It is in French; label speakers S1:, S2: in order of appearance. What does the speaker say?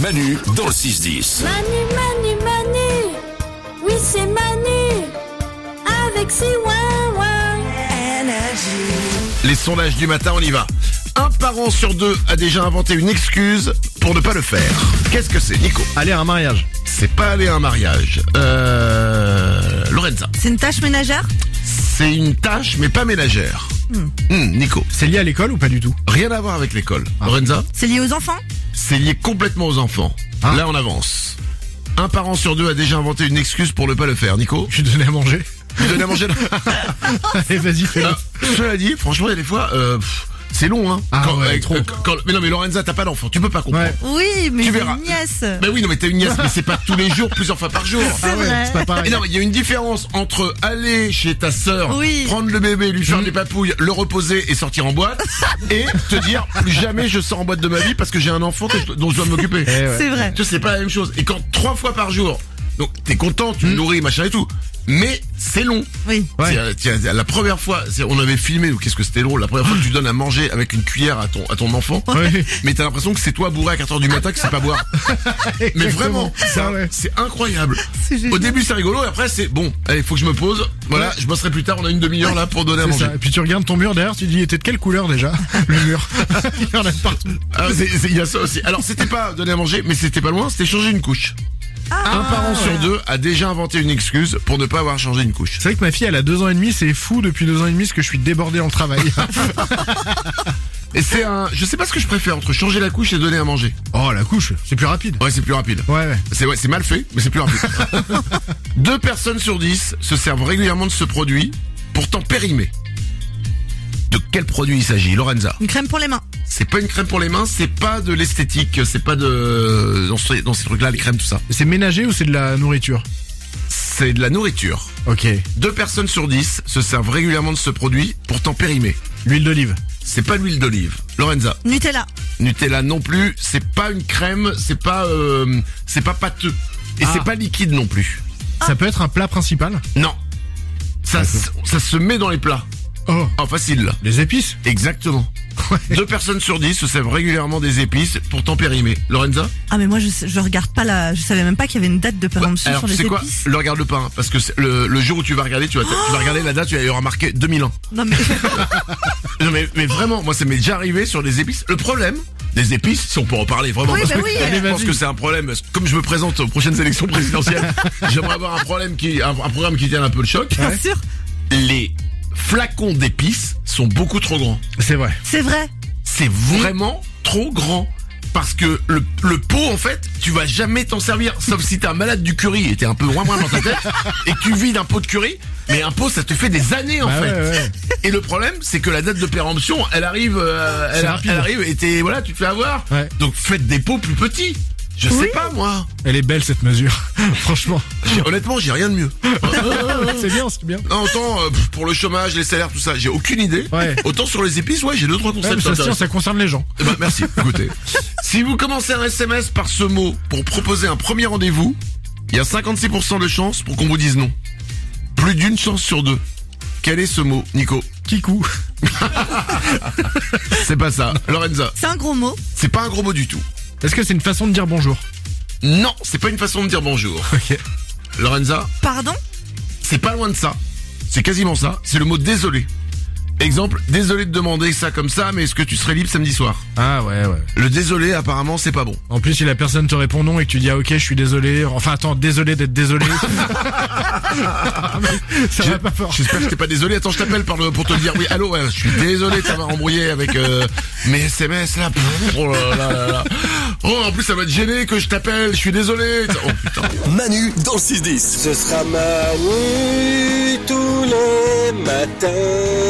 S1: Manu dans le 6-10.
S2: Manu, Manu, Manu, oui c'est Manu, avec ses ouin-ouin.
S3: Les sondages du matin, on y va. Un parent sur deux a déjà inventé une excuse pour ne pas le faire. Qu'est-ce que c'est, Nico
S4: Allez, un mariage.
S3: C'est pas aller à un mariage. Euh... Lorenza.
S5: C'est une tâche ménagère
S3: C'est une tâche, mais pas ménagère. Hmm, Nico.
S4: C'est lié à l'école ou pas du tout
S3: Rien à voir avec l'école. Lorenza.
S5: C'est lié aux enfants
S3: C'est lié complètement aux enfants.
S4: Ah.
S3: Là, on avance. Un parent sur deux a déjà inventé une excuse pour ne pas le faire. Nico.
S4: Je suis donné à manger.
S3: Vous donnez à manger là
S4: Allez, vas-y, fais-le.
S3: Ah, Cela dit, franchement, il y a des fois, euh, pff, c'est long, hein.
S4: Ah ouais, trop.
S3: quand- mais non, mais Lorenza, t'as pas d'enfant, tu peux pas comprendre.
S4: Ouais. Ah
S5: Oui, mais
S3: Tu
S5: j'ai
S3: verras.
S5: une nièce.
S3: Mais Ben oui, non, mais t'as une nièce, mais c'est pas tous les jours, plusieurs fois par jour.
S5: C'est vrai.
S4: C'est pas
S3: Et
S4: pareil.
S3: non, mais il y a une différence entre aller chez ta sœur,
S5: Oui.
S3: prendre le bébé, lui faire des papouilles, le reposer et sortir en boîte, et te dire plus jamais je sors en boîte de ma vie parce que j'ai un enfant que je- dont je dois m'occuper.
S4: Eh ouais.
S5: C'est vrai.
S3: Tu sais, c'est pas la même chose. Et quand trois fois par jour, donc t'es content, tu le nourris, machin et tout, mais c'est long.
S5: Oui.
S4: Mm. Ouais.
S3: C'est- euh, tiens, la première fois, c'est- on avait filmé, ou qu'est-ce que c'était drôle, la première fois que tu donnes à manger avec une cuillère à ton, à ton enfant,
S4: Oui.
S3: mais t'as l'impression que c'est toi bourré à 4h du matin que c'est pas boire. mais vraiment, c'est
S4: Ah ouais.
S3: c'est incroyable.
S5: C'est génial.
S3: Au début c'est rigolo, et après c'est bon, allez, faut que je me pose, voilà,
S4: Ouais.
S3: je bosserai plus tard, on a une demi-heure là pour donner à
S4: C'est
S3: manger.
S4: ça. Et puis tu regardes ton mur derrière, tu te dis, il était de quelle couleur déjà Le mur. il y en a de partout.
S3: Ah, c'est- c'est- Il y a ça aussi. Alors c'était pas donner à manger, mais c'était pas loin, c'était changer une couche. Un parent sur deux a déjà inventé une excuse pour ne pas avoir changé une couche.
S4: C'est vrai que ma fille, elle a deux ans et demi, c'est fou depuis deux ans et demi ce que je suis débordé en travail.
S3: Et c'est un, je sais pas ce que je préfère entre changer la couche et donner à manger.
S4: oh, la couche, c'est plus rapide.
S3: Ouais, c'est plus rapide.
S4: Ouais, ouais.
S3: C'est ouais, c'est mal fait, mais c'est plus rapide. Deux personnes sur dix se servent régulièrement de ce produit, pourtant périmé. De quel produit il s'agit, Lorenza
S5: Une crème pour les mains.
S3: C'est pas une crème pour les mains, c'est pas de l'esthétique, c'est pas de dans, ce- dans ces trucs-là, les crèmes, tout ça.
S4: C'est ménager ou c'est de la nourriture
S3: C'est de la nourriture.
S4: Ok.
S3: Deux personnes sur dix se servent régulièrement de ce produit, pourtant périmé.
S4: L'huile d'olive.
S3: C'est pas de l'huile d'olive, Lorenza.
S5: Nutella.
S3: Nutella non plus, c'est pas une crème, c'est pas euh, c'est pas pâteux et
S4: Ah.
S3: c'est pas liquide non plus.
S4: Ça peut être un plat principal
S3: Non. Ça, se- ça se met dans les plats.
S4: Oh.
S3: Ah, facile. là.
S4: Les épices
S3: Exactement. Deux personnes sur dix se servent régulièrement des épices, pourtant périmées. Lorenza
S5: Ah mais moi je, sais- je regarde pas la, je savais même pas qu'il y avait une date de péremption
S3: Alors,
S5: sur
S3: tu
S5: les
S3: sais quoi
S5: épices.
S3: Le regarde le pain, parce que c'est- le, le jour où tu vas regarder, tu vas, tu vas regarder la date, tu vas y aura marqué 2000 ans.
S5: Non mais
S3: Non, mais, mais vraiment, moi, ça m'est déjà arrivé sur les épices. Le problème des épices, si on peut en parler vraiment,
S5: Oui,
S3: parce
S5: bah
S3: que
S5: oui.
S3: je
S4: Allez,
S3: pense
S4: vas-y.
S3: que c'est un problème. Comme je me présente aux prochaines élections présidentielles, j'aimerais avoir un problème qui, un, un programme qui tienne un peu le choc.
S5: bien sûr,
S3: Les flacons d'épices sont beaucoup trop grands.
S4: C'est vrai.
S5: c'est vrai.
S3: c'est vraiment trop grand. Parce que le, le pot, en fait, tu vas jamais t'en servir. Sauf si t'es un malade du curry et t'es un peu loin loin dans ta tête et que tu vis d'un pot de curry. Mais un pot, ça te fait des années, en
S4: Bah
S3: fait.
S4: ouais, ouais.
S3: Et le problème, c'est que la date de péremption, elle arrive, euh, elle,
S4: C'est rapide.
S3: elle arrive et t'es, voilà, tu te fais avoir.
S4: Ouais.
S3: Donc faites des pots plus petits. Je
S5: Oui.
S3: sais pas, moi.
S4: Elle est belle cette mesure. Franchement.
S3: J'ai- Honnêtement, j'ai rien de mieux.
S4: Ah c'est bien, c'est bien.
S3: Non, autant euh, pff, pour le chômage, les salaires, tout ça, j'ai aucune idée.
S4: Ouais.
S3: Autant sur les épices, ouais, j'ai deux, trois
S4: Ouais,
S3: concepts
S4: mais ça, se tient,
S3: intéressants.
S4: ça concerne les gens.
S3: Eh ben, merci, écoutez. Si vous commencez un SMS par ce mot pour proposer un premier rendez-vous, il y a 56% de chances pour qu'on vous dise non. Plus d'une chance sur deux. Quel est ce mot, Nico
S4: Kikou.
S3: C'est pas ça. Lorenza,
S5: C'est un gros mot.
S3: c'est pas un gros mot du tout.
S4: Est-ce que c'est une façon de dire bonjour
S3: Non, c'est pas une façon de dire bonjour.
S4: Ok.
S3: Lorenza,
S5: Pardon
S3: c'est pas loin de ça. C'est quasiment ça. C'est le mot désolé. Exemple, désolé de demander ça comme ça, mais est-ce que tu serais libre samedi soir
S4: Ah ouais, ouais.
S3: Le désolé, apparemment, c'est pas bon.
S4: En plus, si la personne te répond non et que tu dis ah, ok, je suis désolé. Enfin, attends, désolé d'être désolé. ça
S3: Je-
S4: va pas fort.
S3: J'espère que t'es pas désolé. Attends, je t'appelle par le- pour te dire oui. Allô, ouais, je suis désolé de t'avoir embrouillé avec euh, mes SMS là. Pff, Oh là là là là. Oh, en plus ça va te gêner que je t'appelle. Je suis désolé. Oh putain.
S1: Manu dans le 6-10.
S6: Ce sera Manu tous les matins.